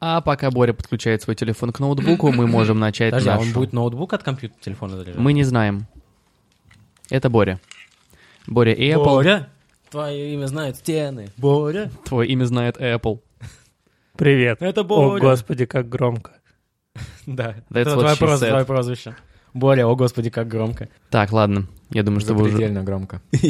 А пока Боря подключает свой телефон к ноутбуку, мы можем начать Подожди, а он нашу. будет ноутбук от компьютера телефона заряжать? Мы не знаем. Это Боря. Боря и Apple. Боря, твое имя знают стены. Боря. Твое имя знает Apple. Привет. Это О, Боря. господи, как громко. Да, That's это what твое she прозвище, said. твое прозвище. Боря, о господи, как громко. Так, ладно. Я думаю, что вы уже... Запредельно громко.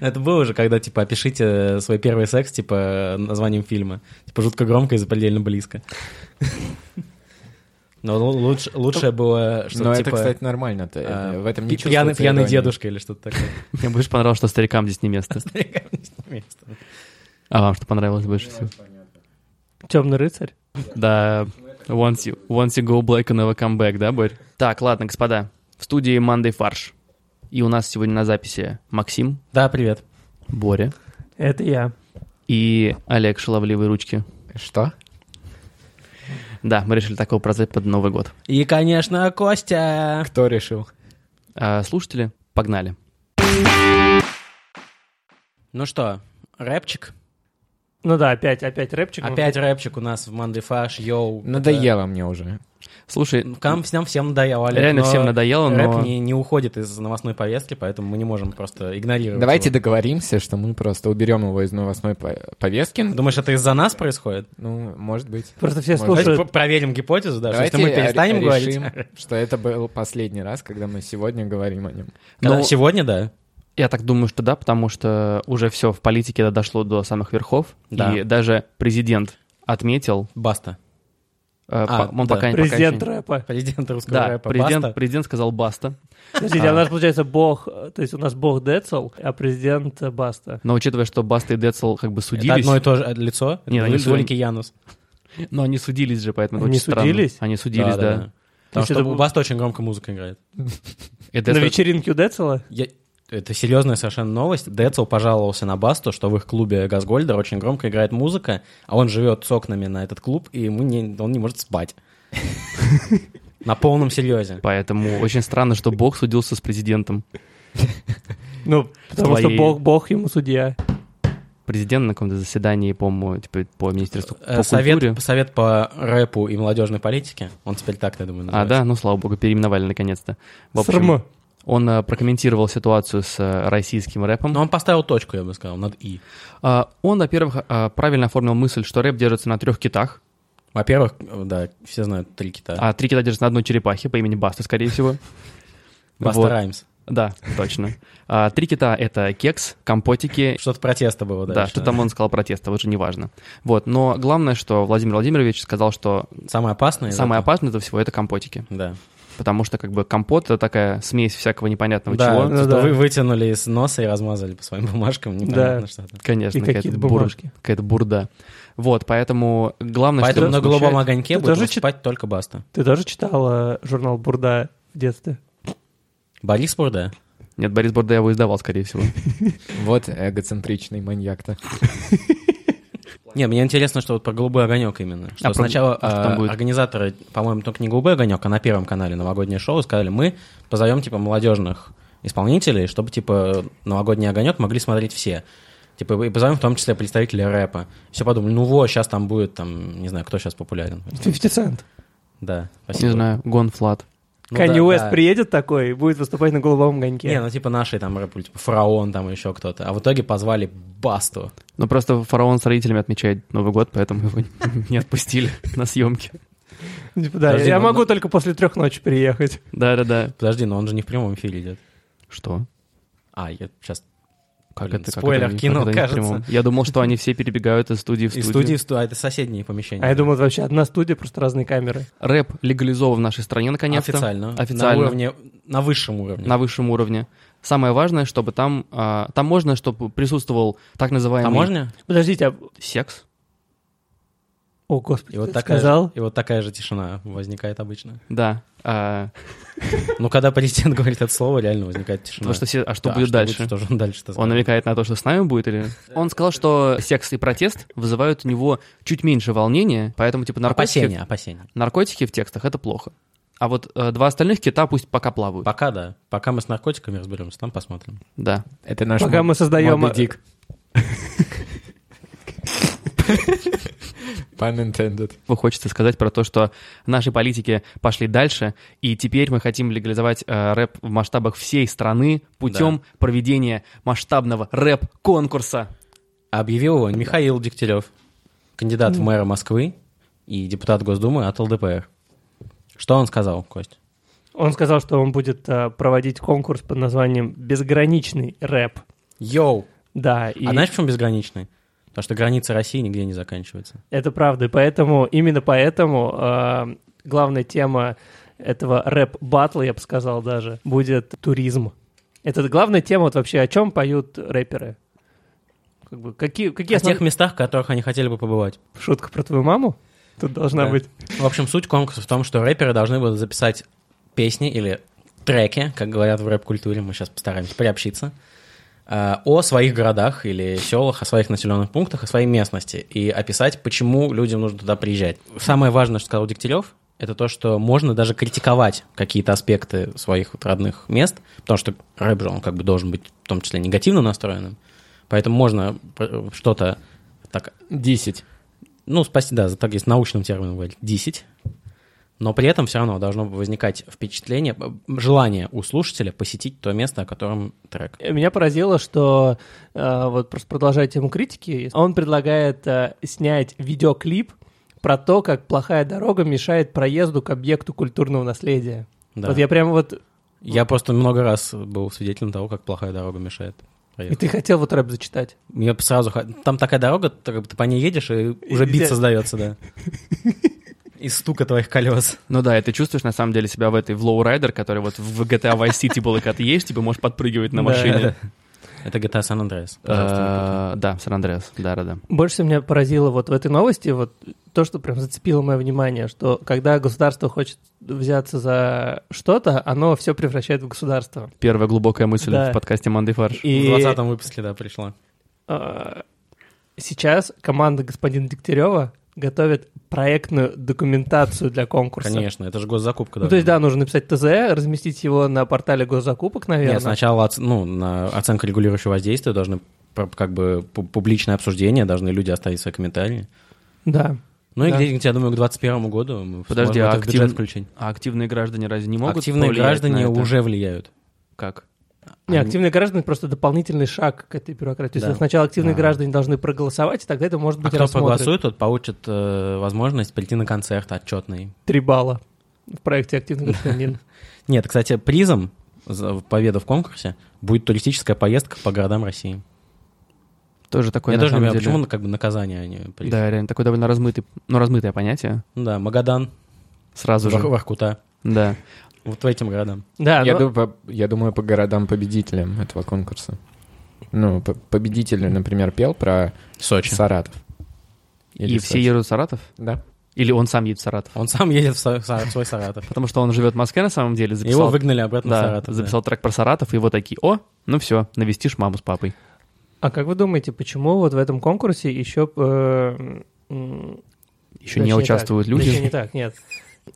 Это было уже, когда, типа, опишите свой первый секс, типа, названием фильма. Типа, жутко громко и запредельно близко. Но лу- лучше, лучшее было, что Но это, типа... кстати, нормально. это- а, это- В этом не пи- пьяный, чувствуется пьяный иронии. дедушка или что-то такое. Мне больше понравилось, что старикам здесь не место. А вам что понравилось больше всего? Темный рыцарь. Да, once you, once you go black and never come back, да, Борь? Так, ладно, господа, в студии Мандай Фарш. И у нас сегодня на записи Максим, Да, привет. Боря Это я. и Олег Шаловливые Ручки. Что? Да, мы решили такого прозвать под Новый год. И, конечно, Костя. Кто решил? А слушатели, погнали. Ну что, рэпчик? Ну да, опять, опять рэпчик. Опять рэпчик у нас в Мандефаш, йоу. Надоело мне уже. Слушай, Это- Нам, всем- всем надоело, Олег, Реально Ну, но всем надоело, но- Рэп не, не уходит из новостной повестки, поэтому мы не можем просто игнорировать Давайте его. договоримся, что мы просто уберем его из новостной по- повестки. Думаешь, это из-за нас происходит? Ну, может быть. Просто все Может, Давайте слушают. п- проверим гипотезу, да, что если Давайте мы ре- перестанем говорить. решим, что это был последний раз, когда мы сегодня говорим о нем. Когда- Ну- Сегодня, да. Я так думаю, что да, потому что уже все в политике да, дошло до самых верхов, Да. и даже президент отметил, Баста. э, А, по- он да. пока, пока Президент еще не- рэпа. Президент русского Да, рэпа. президент, Баста. президент сказал баста. Подождите, а А. у нас получается бог, э, то есть у нас бог Децл, а президент э, Баста. Но учитывая, что Баста и Децл как бы Это судились, одно и то же лицо. Нет, это они Великий судим- Янус. но они судились же, поэтому это Они очень странно. судились? Они судились, да. Потому что что это у был- Баста очень громко музыка играет. И На Децл- вечеринке у Децела? Я- Это серьезная совершенно новость. Децл пожаловался на Басту, что в их клубе Газгольдер очень громко играет музыка, а он живет с окнами на этот клуб, и ему не- он не может спать. На полном серьезе. Поэтому очень странно, что Бог судился с президентом. Ну, потому твоей- что бог, бог ему судья. Президент на каком-то заседании, по-моему, типа, по министерству Э, по культуре. Совет, совет по рэпу и молодежной политике. Он теперь так, я думаю, А, называется. да, ну, слава богу, переименовали наконец-то. В общем, Срм. он э, прокомментировал ситуацию с э, российским рэпом. Но он поставил точку, я бы сказал, над «и». А, Он, во-первых, а, правильно оформил мысль, что рэп держится на трех китах, Во-первых, э, да, все знают три кита. а три кита держатся на одной черепахе по имени Баста, скорее всего. Баста вот. Раймс. Да, точно. А, Три кита — это кекс, компотики. Что-то протеста было, да. Да, еще. что там он сказал протеста, вот же неважно. Вот, но главное, что Владимир Владимирович сказал, что Самое опасное? из самое этого? опасное это всего — это компотики. Да. Потому что, как бы, компот — это такая смесь всякого непонятного да, чего. то, что Ну да. вы вытянули из носа и размазали по своим бумажкам, непонятно Да. что там. Конечно, И какие-то какая-то бур- бумажки. какая-то бурда. Вот, поэтому главное, Поэтому что на нас голубом смущает- огоньке Ты будет тоже выступать только Баста. Ты тоже читала э, журнал Бурда в детстве? Борис Бурда. Нет, Борис Бурда его издавал, скорее всего. Вот эгоцентричный маньяк-то. Не, мне интересно, что вот про голубой огонек именно. Что А, про- сначала а что там э, будет? организаторы, по-моему, только не голубой огонек, а на первом канале новогоднее шоу сказали, мы позовем типа молодежных исполнителей, чтобы типа новогодний огонек могли смотреть все. Типа, и позовем в том числе представителей рэпа. Все подумали, ну вот, сейчас там будет, там, не знаю, кто сейчас популярен. 50 Cent. Да, спасибо. Не знаю, гонфлат. Ну Канье да, Уэст да. приедет такой и будет выступать на голубом огоньке. Не, ну типа наши там рэп, типа Фараон там еще кто-то. А в итоге позвали Басту. Ну, просто фараон с родителями отмечает Новый год, поэтому его не отпустили на съемки. Типа, да, Подожди, я ну, могу ну- только после трех ночи приехать. Да-да-да. Подожди, но он же не в прямом эфире идет. Что? А, я сейчас Как Блин, это? как спойлер это не- кинул, как это не в кажется. прямом? Я думал, что они все перебегают из студии в Из студию. студии в студию, а это соседние помещения. А я думал, это вообще одна студия, просто разные камеры. Рэп легализован в нашей стране, наконец-то. официально. Официально. На уровне, на высшем уровне. На высшем уровне. Самое важное, чтобы там... а, там можно, чтобы присутствовал так А называемый... Таможня? Подождите, а... Секс. О, господи, И вот, ты такая сказал? Же, и вот такая же тишина возникает обычно. Да. А, Ну, когда президент говорит это слово, реально возникает тишина. потому что все... А что Да, будет дальше? Что же он дальше-то Он скажет? намекает на то, что с нами будет или... Он сказал, что секс и протест вызывают у него чуть меньше волнения, поэтому типа наркотики... Опасения, опасения. Наркотики в текстах это плохо. А вот э, два остальных кита пусть пока плавают. Пока да. Пока мы с наркотиками разберемся, там посмотрим. Да. Это наш Пока Мо- мы создаем- Моби Дик. Pun intended. Хочется сказать про то, что наши политики пошли дальше, и теперь мы хотим легализовать э, рэп в масштабах всей страны путем проведения масштабного рэп-конкурса. Объявил его Михаил Дегтярев, кандидат в мэра Москвы и депутат Госдумы от ЛДПР. Что он сказал, Кость? Он сказал, что он будет э, проводить конкурс под названием «Безграничный рэп». Йоу! Да, и А знаешь, почему безграничный? Потому что граница России нигде не заканчивается. это правда. И поэтому, именно поэтому э, главная тема этого рэп-батла, я бы сказал даже, будет туризм. Это главная тема вот вообще, о чем поют рэперы. Как бы, какие, какие О тех основные... местах, в которых они хотели бы побывать. Шутка про твою маму? Тут должна Да. быть. В общем, суть конкурса в том, что рэперы должны будут записать песни или треки, как говорят в рэп-культуре, мы сейчас постараемся приобщиться, э, о своих городах или селах, о своих населенных пунктах, о своей местности и описать, почему людям нужно туда приезжать. Самое важное, что сказал Дегтярев, это то, что можно даже критиковать какие-то аспекты своих вот родных мест, потому что рэп же он как бы должен быть в том числе негативно настроенным, поэтому можно э, что-то так Десять. ну, спасти, да, за- так есть научным термином говорить, 10. Но при этом все равно должно возникать впечатление, б- желание у слушателя посетить то место, о котором трек. Меня поразило, что э, вот просто продолжая тему критики, он предлагает э, снять видеоклип про то, как плохая дорога мешает проезду к объекту культурного наследия. Да. Вот я... я прям вот... просто много раз был свидетелем того, как плохая дорога мешает. И проехать. ты хотел вот рэп зачитать. Мне б сразу... хо- Там такая дорога, ты как бы ты по ней едешь, и уже бит да. создается, да. И стука твоих колес. Ну да, и ты чувствуешь на самом деле себя в этой, в лоурайдер, который вот в GTA Vice City был, и когда ты едешь, типа можешь подпрыгивать на Да. машине. Это GTA San А, Andreas. пожалуйста, не путай. Э, Да, Сан Андреас, да, да, да. Больше всего меня поразило вот в этой новости вот то, что прям зацепило мое внимание, что когда государство хочет взяться за что-то, оно все превращает в государство. Первая глубокая мысль Да. в подкасте Манды Фарш. И- В 20 выпуске, да, пришла. А, Сейчас команда господина Дегтярева готовит проектную документацию для конкурса. Конечно, это же госзакупка. Ну, то должна есть, да, нужно написать ТЗ, разместить его на портале госзакупок, наверное. Нет, сначала оц- ну, на оценка регулирующего воздействия должны пр- как бы пу- публичное обсуждение, должны люди оставить свои комментарии. Да. Ну и Да. где-нибудь, я думаю, к 2021 году мы Подожди, сможем а это в бюджет актив- включить. А активные граждане разве не могут Активные повлиять на граждане это? уже влияют. Как? Не, Они- активные граждане просто дополнительный шаг к этой бюрократии. То есть Да. сначала активные А. граждане должны проголосовать, и тогда это может А быть кто рассмотрено. проголосует, тот получит э, возможность прийти на концерт отчетный. Три балла в проекте «Активный гражданин». Нет, кстати, призом за победу в конкурсе будет туристическая поездка по городам России. Тоже такое, я на тоже не самом понимаю, деле- почему как бы наказание, а не приз. Да, реально, такое довольно размытый, ну, размытое понятие. Ну Да, Магадан, Сразу Вах- же. Воркута. Да. Вот по этим городам. Да, ну, я, ну, но- ду- по- я думаю, по городам-победителям этого конкурса. Ну, по- победитель, например, пел про Сочи. Саратов. Или и все Сочи. едут в Саратов? Да. Или он сам едет в Саратов? Он сам едет в Са- Са- свой Саратов. Потому что он живет в Москве на самом деле, записал, Его выгнали обратно да, в Саратов. да. записал трек про Саратов, и его такие, о, ну все, навестишь маму с папой. А как вы думаете, почему вот в этом конкурсе еще... э, м, Еще не точнее участвуют так, люди. точнее не так, нет.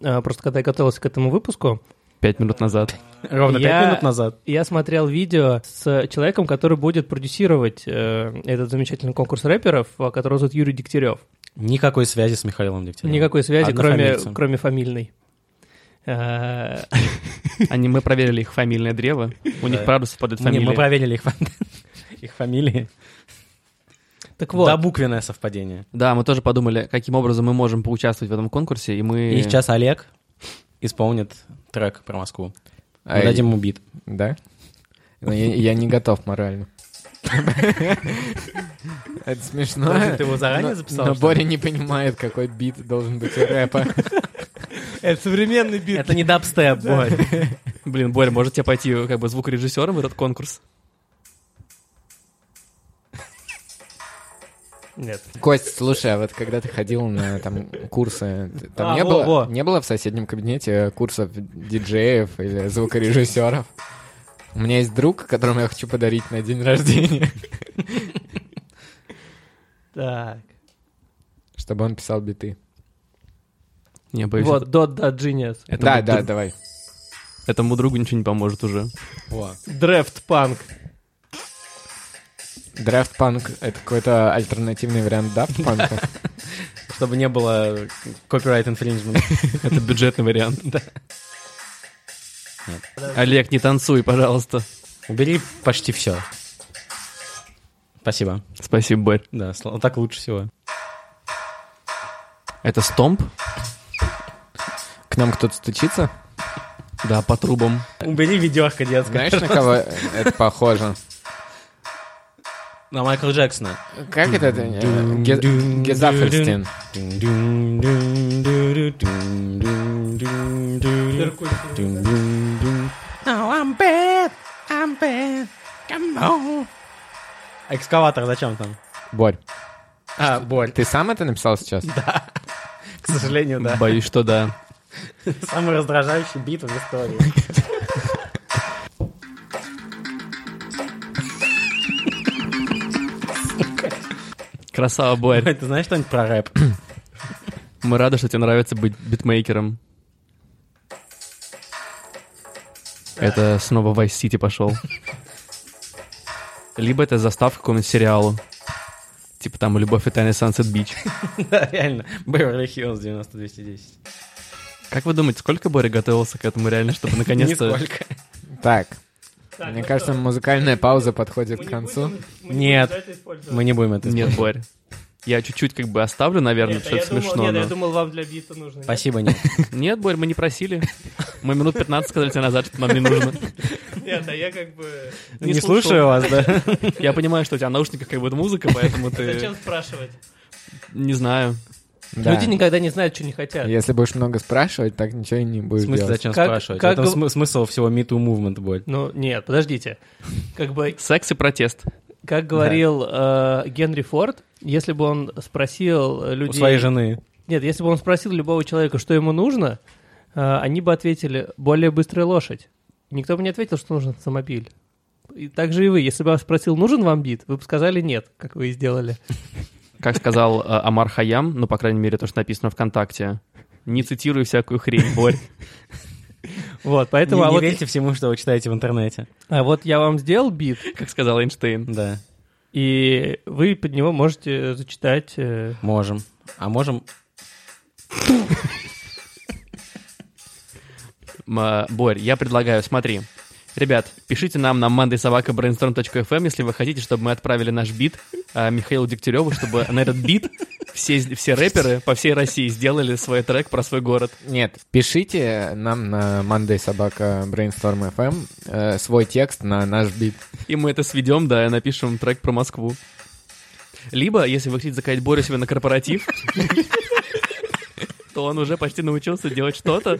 А, Просто когда я готовился к этому выпуску, Пять минут назад. Ровно Я- пять минут назад. я смотрел видео с человеком, который будет продюсировать э, этот замечательный конкурс рэперов, а, которого зовут Юрий Дегтярев. Никакой связи с Михаилом Дегтяревым. Типа, Никакой связи, кроме, Однофамильцем. кроме фамильной. Э, Они, мы проверили их фамильное древо. У них, Да. правда, совпадает Мы, не- мы фамилия. проверили их, фам- их фамилии. Так вот, Да буквенное совпадение. Да, мы тоже подумали, каким образом мы можем поучаствовать в этом конкурсе, и мы... И сейчас Олег исполнит трек про Москву. Мы А, дадим ему бит. Да? Но я, я не готов морально. Это смешно. Подожди, ты его заранее Но- записал, Но что ли? Боря не понимает, какой бит должен быть у рэпа. это современный бит. Это не дабстеп, Борь. Блин, Боря, может тебе пойти как бы звукорежиссером в этот конкурс? Нет. Кость, слушай, а вот когда ты ходил на там курсы, ты- там А, не, во, было, во. не было в соседнем кабинете э, курсов диджеев или звукорежиссеров? У меня есть друг, которому я хочу подарить на день рождения, Так. чтобы он писал биты. Не, боюсь, Вот, Dot Dot Genius. это- да, этому да, друг- давай. этому другу ничего не поможет уже. Дрефт Панк. Драфт панк — это какой-то альтернативный вариант дафт панка. чтобы не было копирайт инфрингмент. Это бюджетный вариант. Олег, не танцуй, пожалуйста. Убери почти все. Спасибо. Спасибо, Борь. Да, сл- так лучше всего. Это стомп? К нам кто-то стучится? Да, по трубам. Убери ведерко детское. Знаешь, на кого это похоже? На Майкла Джексона. Как это? э, Ге- Гезаферстин. Экскаватор зачем там? Борь, А, боль. ты сам это написал сейчас? К сожалению, да. Боюсь, что да. Самый раздражающий бит в истории. Красава, Борь. Ты знаешь что-нибудь про рэп? Мы рады, что тебе нравится быть битмейкером. Это снова Vice City пошел. Либо это заставка к какому-нибудь сериалу. Типа там «Любовь и тайны Sunset Beach». Да, реально. Беверли Хиллз 90-210. Как вы думаете, сколько Боря готовился к этому реально, чтобы наконец-то... Нисколько. Так, ну мне кажется, музыкальная пауза подходит к концу. Нет. Мы не будем это Нет, использовать. Борь. Я чуть-чуть как бы оставлю, наверное, что это смешно. Нет, а но- я думал, вам для бита нужно. Спасибо, нет. Нет, Борь, мы не просили. Мы минут 15 сказали тебе назад, что нам не нужно. Нет, а я как бы... Не слушаю вас, да? Я понимаю, что у тебя в наушниках как бы музыка, поэтому ты... Зачем спрашивать? Не знаю. Да. Люди никогда не знают, что не хотят. Если будешь много спрашивать, так ничего и не В будешь смысле, делать. зачем Как- спрашивать? как Это гл- см- смысл всего Me Too Movement, боль. Ну, нет, подождите. Как бы, Секс и протест. как говорил э, Генри Форд, если бы он спросил э, людей... У своей жены. Нет, если бы он спросил любого человека, что ему нужно, э, они бы ответили «более быстрая лошадь». Никто бы не ответил, что нужен автомобиль. И так же и вы. Если бы я вас спросил, нужен вам бит, вы бы сказали «нет», как вы и сделали. Как сказал э, Амар Хаям, ну, по крайней мере, то, что написано ВКонтакте. Не цитируй всякую хрень, Борь. Не, Вот, поэтому... а, не вот, верьте всему, что вы читаете в интернете. а вот я вам сделал бит, Как сказал Эйнштейн. Да, и вы под него можете зачитать... э, можем. А можем... М, э, Борь, я предлагаю, смотри. Ребят, пишите нам на mandaysobakabrainstorm.fm, эм, если вы хотите, чтобы мы отправили наш бит э, Михаилу Дегтяреву, чтобы на этот бит все, все рэперы по всей России сделали свой трек про свой город. Нет, пишите нам на Monday собака Brainstorm FM э, свой текст на наш бит. И мы это сведем, да, и напишем трек про Москву. Либо, если вы хотите заказать Борю себе на корпоратив, то он уже почти научился делать что-то.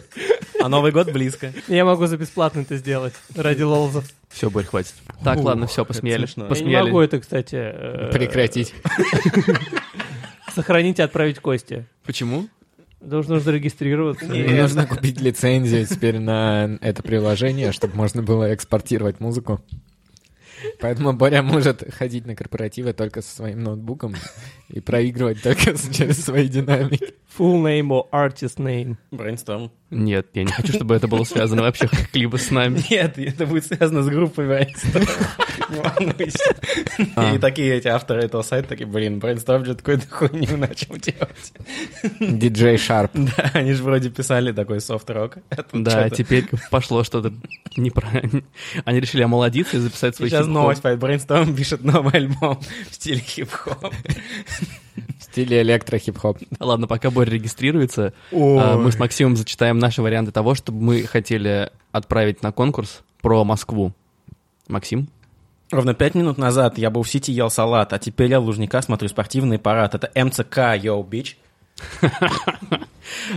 А Новый год близко. Я могу за бесплатно это сделать ради лолзов. Все, Борь, хватит. Так, Ух, ладно, все, это посмеяли. смешно. Я не могу Посмеяли. это, кстати... э, Прекратить. Сохранить и отправить Косте. Почему? Должен нужно регистрироваться. Мне нужно купить лицензию теперь на это приложение, чтобы можно было экспортировать музыку. Поэтому Боря может ходить на корпоративы только со своим ноутбуком и проигрывать только с- через свои динамики. Э, Full name or artist name. Брейнсторм. Нет, я не хочу, чтобы это было связано вообще как-либо с нами. Нет, это будет связано с группой Брейнсторм. Не волнуйся. И такие эти авторы этого сайта такие, блин, Брейнсторм же такой хуйню начал делать. Диджей Шарп. Да, они же вроде писали такой софт-рок. А тут Да, чё-то- теперь пошло что-то неправильно. Они решили омолодиться и записать И свой Сейчас хип-хоп. новость, поет Брейнсторм пишет новый альбом в стиле хип-хоп. В стиле электро-хип-хоп. Ладно, пока Борь регистрируется, а, мы с Максимом зачитаем наши варианты того, что мы хотели отправить на конкурс про Москву. Максим? Ровно пять минут назад я был в Сити, ел салат, а теперь я в Лужника смотрю спортивный парад. Это МЦК, йоу, бич.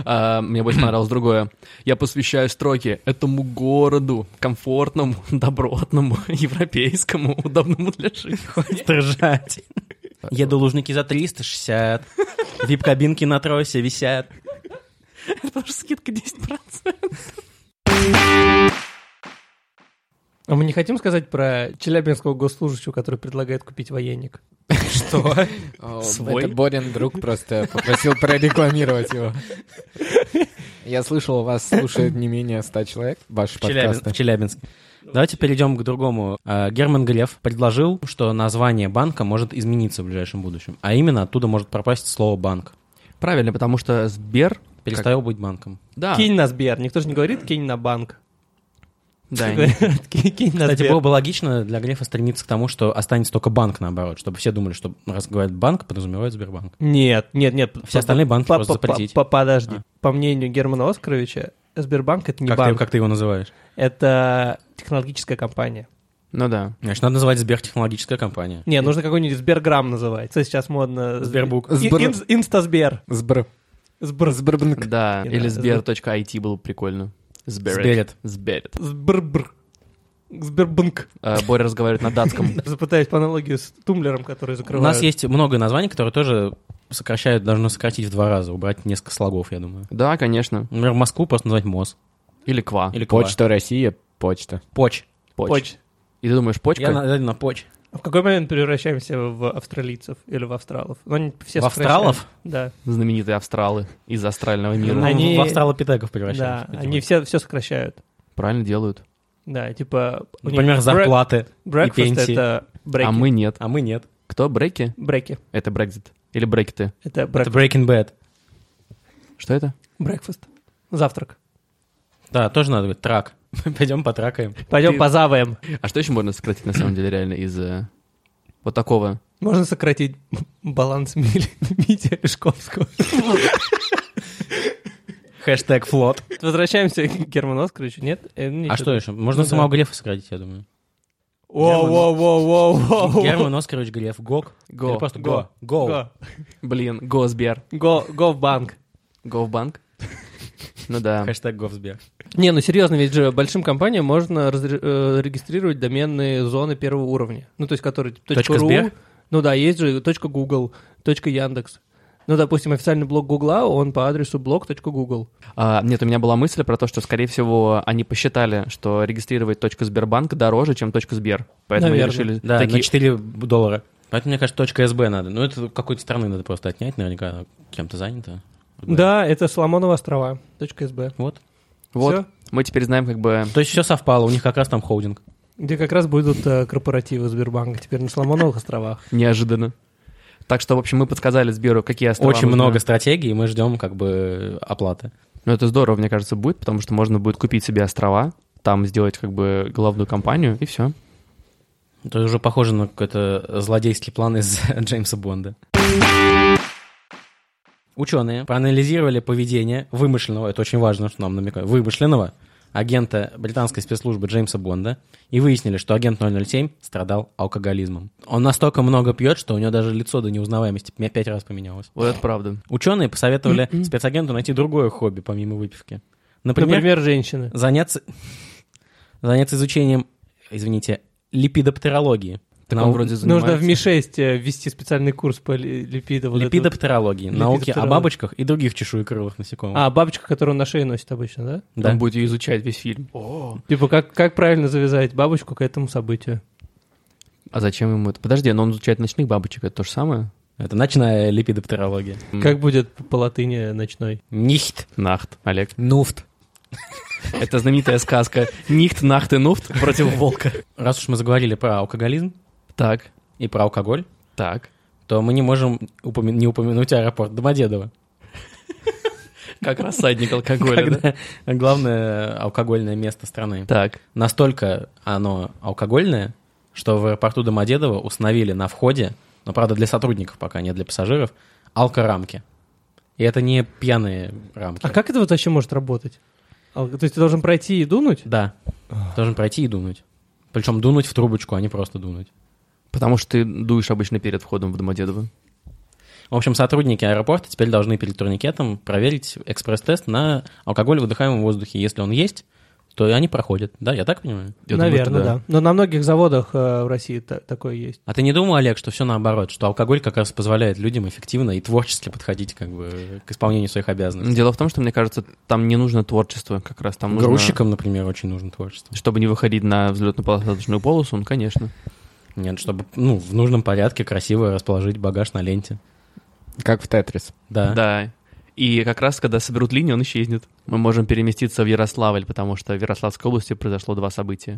А, мне больше понравилось другое. Я посвящаю строки этому городу, комфортному, добротному, европейскому, удобному для жизни. Держать. Еду Лужники за 360. Вип-кабинки на тросе висят. Потому что скидка 10%. А мы не хотим сказать про челябинского госслужащего, который предлагает купить военник? Что? О, Свой? Эм, Это Борин друг просто попросил прорекламировать его. Я слышал, вас слушает не менее 100 человек, ваши В Челябин- подкасты. в Челябинске. Давайте перейдем к другому. А, Герман Греф предложил, что название банка может измениться в ближайшем будущем. А именно оттуда может пропасть слово «банк». правильно, потому что Сбер... Перестал быть банком. Да, Кинь на Сбер. Никто же не говорит, кинь на банк. да, и- Говорят, «Кинь- Кинь на Кстати, Сбер. было бы логично для Грефа стремиться к тому, что останется только банк, наоборот, чтобы все думали, что раз говорят банк, подразумевают Сбербанк. Нет, нет, нет. Все остальные банки По- просто по- по- запретить. по- Подожди. А. По мнению Германа Оскаровича, Сбербанк — это не как, Ты, банк. как ты его называешь? Это технологическая компания. ну да. Значит, надо называть Сбер технологическая компания. Не, нужно какой-нибудь Сберграмм называть. Это сейчас модно. Сбербук. И- Сбер- инс- Инстасбер. Сбр. Сбр- Сбрбнк. Да, И или да, sber.it было бы прикольно. Сберет. Сберет. Сберет. Сбрбр. Сбербанк. Э, Боря разговаривает на датском. Запытаюсь по аналогии с тумблером, который У закрывают. нас есть много названий, которые тоже сокращают, должно сократить в два раза, убрать несколько слогов, я думаю. Да, конечно. Например, Москву просто назвать МОЗ. Или ква. Или Ква. Почта Россия, почта. Поч. Поч. Поч. И ты думаешь, Я почка? на, на поч. А В какой момент превращаемся в австралийцев или в австралов? Ну, они все В австралов? сокращают. Да. Знаменитые австралы из астрального Ну, мира. Они- В австралопитеков превращаемся. Да, видимо. они все, все сокращают. Правильно делают. Да, типа... у них Например, брек- зарплаты, Breakfast пенсии. это бреки. А мы нет. а мы нет. Кто? Бреки? Бреки. Это брекзит. Или брекеты. Это Это Breaking Bad. Что это? брекфаст. Завтрак. Да, тоже надо быть трак. Пойдем потракаем. Пойдем Ты- позаваем. А что еще можно сократить на самом деле реально из э, вот такого? Можно сократить баланс Мили- Мити Лешковского. Хэштег флот. Возвращаемся к Герману Оскаровичу, нет? Э, мне А что еще? Можно Ну самого да. Грефа сократить, я думаю. Воу, воу, воу, воу, воу. Герман Оскарович Греф. Гог. Го. Или просто Го. Го. Го. Го. Блин, Госбер. Го, го в банк. Говбанк. Ну да. Хэштег Говсбер. Не, ну серьезно, ведь же большим компаниям можно разре- э, регистрировать доменные зоны первого уровня. Ну, то есть, которые типа, Точка .ru, Сбер? Ну да, есть же точка .google, точка .яндекс. Ну, допустим, официальный блог Гугла, он по адресу blog.google. А, нет, у меня была мысль про то, что, скорее всего, они посчитали, что регистрировать точку Сбербанк дороже, чем точка Сбер. Поэтому они Наверное. решили Да, такие, на 4 доллара. Поэтому, мне кажется, точка СБ надо. Ну, это какой-то страны надо просто отнять, наверняка она кем-то занято. Да, это Соломонова острова, точка .сб. Вот. Вот, Всё? мы теперь знаем, как бы... То есть все совпало, у них как раз там холдинг. Где как раз будут э, корпоративы Сбербанка теперь на Соломоновых островах. Неожиданно. Так что, в общем, мы подсказали Сберу, какие острова Очень нужно. много стратегий, и мы ждем как бы оплаты. Но это здорово, мне кажется, будет, потому что можно будет купить себе острова, там сделать как бы главную компанию, и все. Это уже похоже на какой-то злодейский план из Джеймса Бонда. Ученые проанализировали поведение вымышленного, это очень важно, что нам намекают, вымышленного агента британской спецслужбы Джеймса Бонда и выяснили, что агент 007 страдал алкоголизмом. Он настолько много пьет, что у него даже лицо до неузнаваемости п- пять раз поменялось. Вот это правда. Ученые посоветовали спецагенту найти другое хобби помимо выпивки. Например, Например, женщины. заняться, заняться изучением, извините, липидоптерологии. Так Нау- он вроде Нужно в занимается. МИ-6 э, ввести специальный курс по ли- липидам. вот это вот. Липидоптерологии. Науки о Липидоптерология. бабочках и других чешуекрылых насекомых. А, бабочка, которую на шее носит обычно, да? Он да. будет ее изучать весь фильм. Типа, как, как правильно завязать бабочку к этому событию? А зачем ему это? Подожди, но он изучает ночных бабочек, это то же самое? Это ночная липидоптерология. М. Как будет по- по латыни ночной? Нихт. Нахт, Олег. Нуфт. Это знаменитая сказка «Нихт, нахт и нуфт против волка». Раз уж мы заговорили про алкоголизм Так, и про алкоголь, так. то мы не можем упомя- не упомянуть аэропорт Домодедово. Как рассадник алкоголя, да? Когда главное алкогольное место страны. Так. Настолько оно алкогольное, что в аэропорту Домодедово установили на входе, но, правда, для сотрудников пока, не для пассажиров, алкорамки. И это не пьяные рамки. А как это вот вообще может работать? Ал- То есть ты должен пройти и дунуть? Да. Должен пройти и дунуть. Причем дунуть в трубочку, а не просто дунуть. Потому что ты дуешь обычно перед входом в Домодедово. В общем, сотрудники аэропорта теперь должны перед турникетом проверить экспресс-тест на алкоголь в выдыхаемом воздухе. Если он есть, то и они проходят. Да, я так понимаю? Я думаю, Наверное, это да. Но на многих заводах э, в России та- такое есть. А ты не думал, Олег, что все наоборот, что алкоголь как раз позволяет людям эффективно и творчески подходить как бы к исполнению своих обязанностей? Дело в том, что, мне кажется, там не нужно творчество как раз. Там нужно... Грузчикам, например, очень нужно творчество. Чтобы не выходить на взлетно-посадочную полосу, ну, конечно. Нет, чтобы ну, в нужном порядке красиво расположить багаж на ленте. Как в Тетрис. Да. Да. И как раз, когда соберут линию, он исчезнет. Мы можем переместиться в Ярославль, потому что в Ярославской области произошло два события.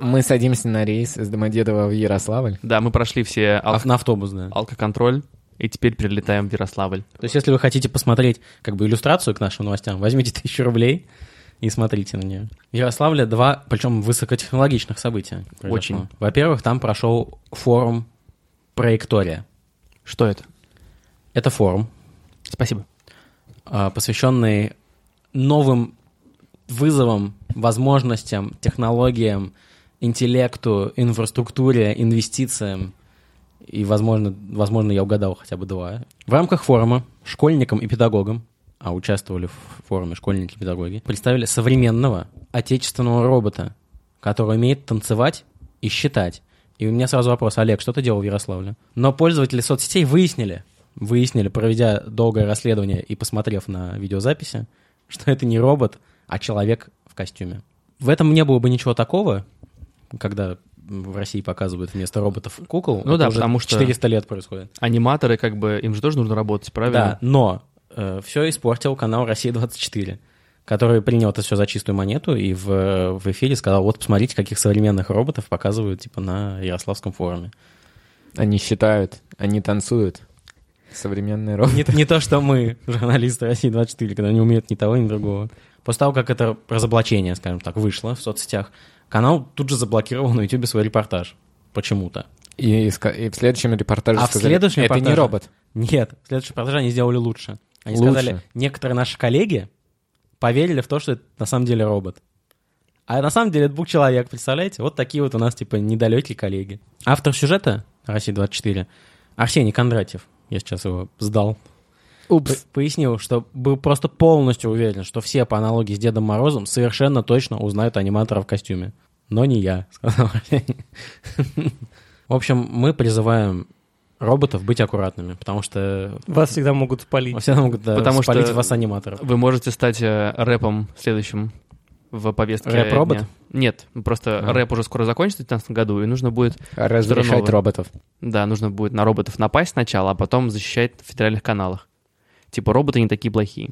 Мы садимся на рейс из Домодедова в Ярославль. Да, мы прошли все ал- А- на автобус, да. алкоконтроль, и теперь прилетаем в Ярославль. То есть, если вы хотите посмотреть как бы иллюстрацию к нашим новостям, возьмите тысячу рублей и смотрите на нее. В Ярославле два, причем высокотехнологичных события. произошло. Очень. Во-первых, там прошел форум «Проектория». Что это? Это форум, Спасибо. а, посвященный новым вызовам, возможностям, технологиям, интеллекту, инфраструктуре, инвестициям. И, возможно, возможно, я угадал хотя бы два. В рамках форума школьникам и педагогам, а участвовали в форуме школьники и педагоги, представили современного отечественного робота, который умеет танцевать и считать. И у меня сразу вопрос, Олег, что ты делал в Ярославле? Но пользователи соцсетей выяснили, выяснили, проведя долгое расследование и посмотрев на видеозаписи, что это не робот, а человек в костюме. В этом не было бы ничего такого, когда в России показывают вместо роботов кукол. Ну Это да, уже потому что- 400 лет происходит. Аниматоры, как бы, им же тоже нужно работать, Да, правильно? но все испортил канал «Россия-24», который принял это все за чистую монету и в, в эфире сказал, вот посмотрите, каких современных роботов показывают типа на Ярославском форуме. Они считают, они танцуют. Современный рок. Не, не то, что мы, журналисты России-24, когда не умеют ни того, ни другого. После того, как это разоблачение, скажем так, вышло в соцсетях, канал тут же заблокировал на YouTube свой репортаж. Почему-то. И, ска- и в следующем репортаже А в сказали, следующем это не репортаже- робот. Нет, следующий репортаж они сделали лучше. Они Лучше. сказали, некоторые наши коллеги поверили в то, что это на самом деле робот. А на самом деле это человек, представляете? Вот такие вот у нас, типа, недалекие коллеги. Автор сюжета «Россия-24» Арсений Кондратьев, я сейчас его сдал, Упс. П- Пояснил, что был просто полностью уверен, что все по аналогии с Дедом Морозом совершенно точно узнают аниматора в костюме. Но не я, сказал Арсений. В общем, мы призываем роботов быть аккуратными, потому что Вас всегда могут спалить. все могут да, Потому что- спалить вас аниматоров. Вы можете стать э, рэпом следующим в повестке Рэп-робот? дня. Нет, просто А. рэп уже скоро закончится в 2019 году, и нужно будет Разрешать Здорово. роботов. Да, нужно будет на роботов напасть сначала, а потом защищать в федеральных каналах. Типа роботы не такие плохие.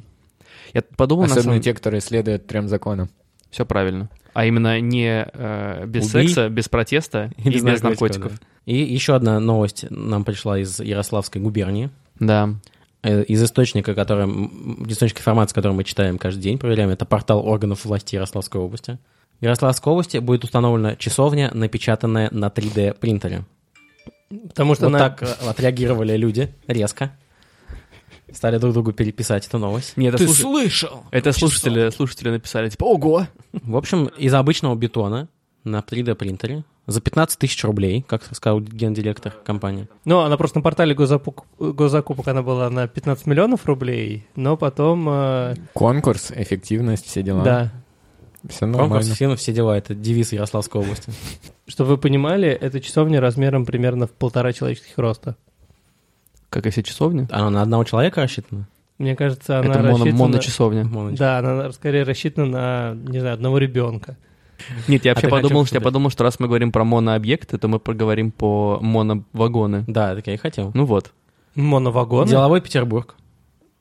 Я тут подумал, на Особенно самом... те, которые следуют трем законам. Все правильно. А именно не э, без Убей. секса, без протеста и, без наркотиков. да. И еще одна новость нам пришла из Ярославской губернии. Да. Э, Из источника, который, м, источник информации, который мы читаем каждый день, проверяем, это портал органов власти Ярославской области. В Ярославской области будет установлена часовня, напечатанная на 3D-принтере. Потому что Вот на- так э, отреагировали люди резко. Стали друг другу переписать эту новость. Нет, это, слуш- слышал? это слушатели, слушатели написали, типа, ого! В общем, из обычного бетона на 3D-принтере за 15 тысяч рублей, как сказал гендиректор компании. Ну, она просто на портале госзапук- госзакупок она была на 15 миллионов рублей, но потом... э, Конкурс, эффективность, все дела. да. Все Конкурс, Ну, нормально. финн, все дела, это девиз Ярославской области. Чтобы вы понимали, это часовня размером примерно в полтора человеческих роста. Как и все часовни. Она на одного человека рассчитана? Мне кажется, она это моно- рассчитана... моночасовня. Да, она скорее рассчитана на, не знаю, одного ребенка. Нет, я А вообще ты подумал, хотел что я сказать? подумал, что раз мы говорим про монообъекты, то мы поговорим по моновагоны. Да, так я и хотел. Ну вот. Моновагон. Деловой Петербург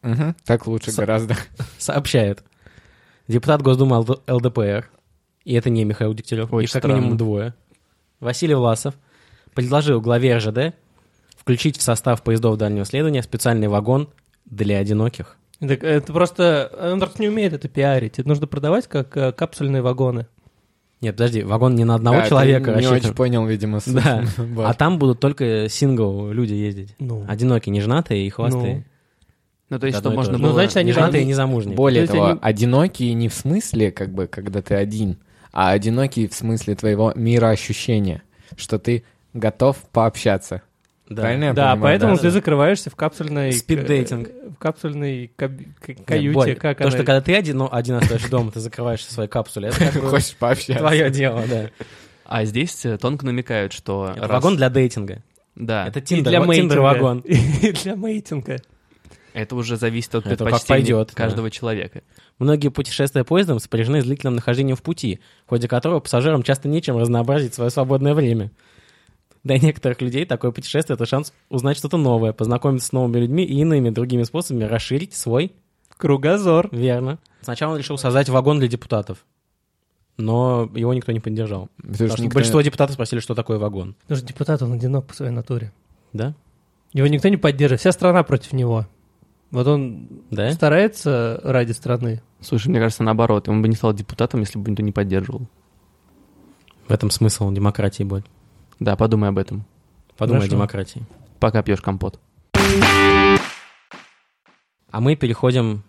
Мгм. Так лучше С- гораздо. сообщает. Депутат Госдумы ЛД- ЛДПR, и это не Михаил Дегтярев, Очень их как странно. минимум двое, Василий Власов предложил главе РЖД включить в состав поездов дальнего следования специальный вагон для одиноких. Так э, это просто... э, Он просто не умеет это пиарить. Это нужно продавать как э, капсульные вагоны. Нет, подожди, вагон не на одного Да, ты человека А, Не рассчитан. очень понял, видимо, суть. Да. Вот. А там будут только сингл люди ездить. Ну. Одинокие, нежнатые и хвостые. Ну, то есть, что Одно и можно то же. было... Ну, значит, они- Нежнатые и незамужние. Более То есть того, они- одинокие не в смысле, как бы, когда ты один, а одинокие в смысле твоего мироощущения, что ты готов пообщаться. Да. Правильно я Да, понимаю? поэтому да, ты да. закрываешься в капсульной... Спиддейтинг. э, В капсульной каб- к- Нет, каюте. Борь, как то, она- что когда ты один, ну, один остаешься дома, ты закрываешься в своей капсуле, это как бы Хочешь пообщаться? твое дело, да. А здесь э, тонко намекают, что... Это раз- Вагон для дейтинга. Да. Это И Тиндер, для вот мейтинга. Тиндер-вагон. И для мейтинга. Это уже зависит от Это как предпочтений пойдет, да. каждого человека. Многие путешествия поездом сопряжены с длительным нахождением в пути, в ходе которого пассажирам часто нечем разнообразить свое свободное время. Для некоторых людей такое путешествие – это шанс узнать что-то новое, познакомиться с новыми людьми и иными другими способами расширить свой, Кругозор. верно. Сначала он решил создать вагон для депутатов, но его никто не поддержал. Потому Потому что что никто- Ну, большинство депутатов спросили, что такое вагон. Потому что депутат, он одинок по своей натуре. Да? Его никто не поддерживает, вся страна против него. Вот он Да? старается ради страны. Слушай, мне кажется, наоборот. Он бы не стал депутатом, если бы никто не поддерживал. В этом смысл демократии будет. Да, подумай об этом. Подумай о Хорошо. демократии. Пока пьешь компот. А мы переходим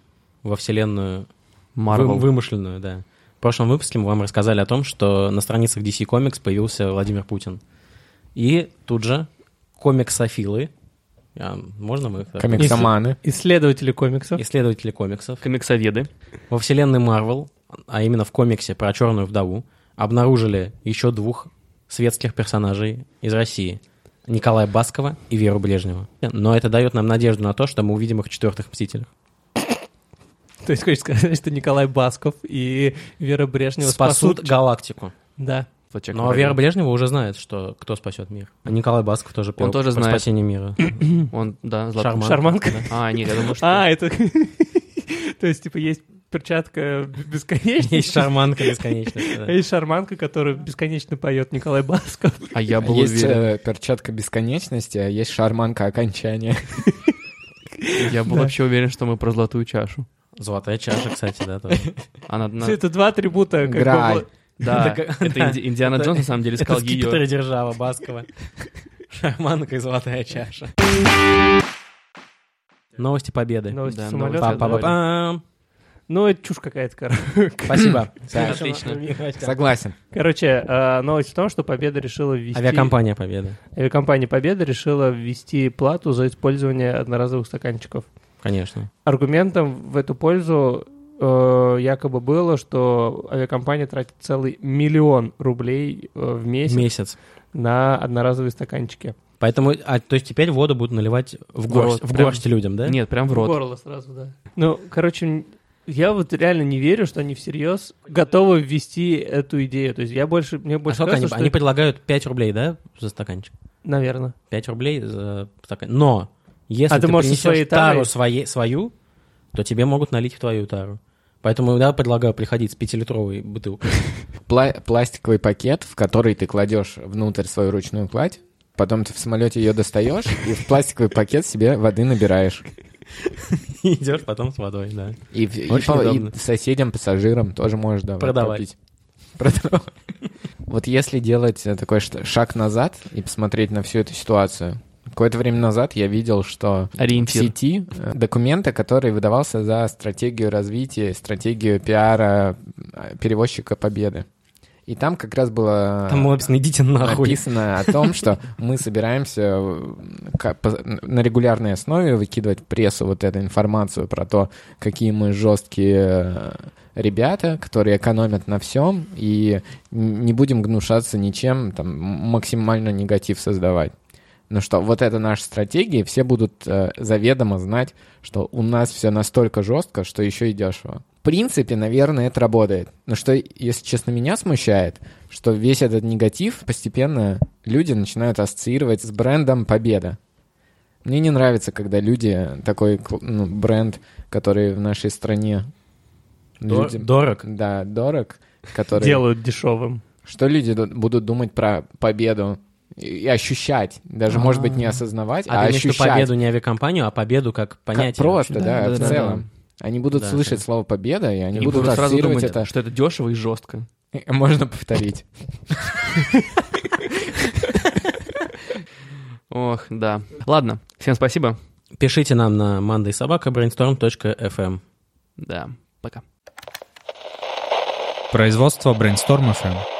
во вселенную Марвел. Вы- вымышленную, да. В прошлом выпуске мы вам рассказали о том, что на страницах DC Comics появился Владимир Путин. И тут же комиксофилы, а, можно мы их так- Комиксоманы. Исследователи комиксов. исследователи комиксов, Комиксоведы. во вселенной Марвел, а именно в комиксе про Черную Вдову, обнаружили еще двух светских персонажей из России. Николая Баскова и Веру Ближнего. Но это дает нам надежду на то, что мы увидим их в четвертых «Мстителях». То есть хочешь сказать, что Николай Басков и Вера Брежнева Спасут спасут... галактику. Да. Вот человек Но говорит. Ну, а Вера Брежнева уже знает, что кто спасет мир. А Николай Басков тоже пел тоже про знает. спасение мира. Он, да, Злат- Шарман. Шарманка. А, нет, я думаю, что... А, это... То есть, типа, есть перчатка Есть бесконечная. шарманка бесконечности. А да. есть шарманка, которая бесконечно поет Николай Басков. А я был Есть уверен. э, перчатка бесконечности, а есть шарманка окончания. э, Я был да. вообще уверен, что мы про золотую чашу. Золотая чаша, кстати, да. тоже. Она... на- Это два атрибута. как бы, Грааль. вот. Да, Это как- это Инди- Индиана Это- Джонс, на самом деле, искал Это скипетр ее. и держава Баскова. Шарманка и золотая чаша. Новости победы. Новости Да, самолета. новости да. самолета. Па-па-па-пам. Ну, это чушь какая-то, короче. Спасибо. Так. Отлично. Согласен. Короче, э, новость в том, что Победа решила ввести... Авиакомпания Победа. Авиакомпания Победа решила ввести плату за использование одноразовых стаканчиков. Конечно. Аргументом в эту пользу э, якобы было, что авиакомпания тратит целый миллион рублей э, в месяц Месяц. на одноразовые стаканчики. Поэтому, а, то есть теперь воду будут наливать в горсть, рот. в Прям- горсть людям, да? А, Нет, прям в В рот. горло сразу, да. Ну, короче, м, я вот реально не верю, что они всерьез готовы ввести эту идею. То есть я больше, мне А больше сколько они, кажется, они что... предлагают 5 рублей, да, за стаканчик? Наверное. 5 рублей за стакан. Но если А ты, ты можешь принесешь со своей тарой? тару своей, свою, то тебе могут налить в твою тару. Поэтому я предлагаю приходить с 5-литровой бутылкой. Пла- пластиковый пакет, в который ты кладешь внутрь свою ручную кладь, потом ты в самолете ее достаешь и в пластиковый пакет себе воды набираешь. И идешь потом с водой, да. И, в- и Очень по- и удобно. соседям, пассажирам тоже можешь давать. Продавать. попить. Продавать. Вот если делать э, такой ш- шаг назад и посмотреть на всю эту ситуацию, какое-то время назад я видел, что в Ориентир. сети э, документа, который выдавался за стратегию развития, стратегию пиара э, перевозчика Победы. И там как раз было... А. Там было написано, идите нахуй. написано о том, что мы собираемся э, ка- по- на регулярной основе выкидывать в прессу вот эту информацию про то, какие мы жесткие э, ребята, которые экономят на всем, и н- не будем гнушаться ничем, там, м- максимально негатив создавать. Ну что, вот это наша стратегия, и все будут э, заведомо знать, что у нас все настолько жестко, что еще и дешево. В принципе, наверное, это работает. Но что, если честно, меня смущает, что весь этот негатив постепенно люди начинают ассоциировать с брендом «Победа». Мне не нравится, когда люди такой кл- ну, бренд, который в нашей стране Дор- людям- Дорог. да, дорог, который Делают дешевым. что люди ду- будут думать про победу и и ощущать, даже может быть не А. осознавать, а, А ты имеешь в виду ощущать победу не авиакомпанию, а победу как Как понятие. просто, вообще. да, Да, в да, целом. Они будут Да, слышать да. слово победа, и они И будут буду сразу ассоциировать думать, это. что это дешево и жестко. Можно повторить. Ох, да. Ладно, всем спасибо. Пишите нам на mandaysobakabrainstorm.fm. Да, пока. Производство Brainstorm FM.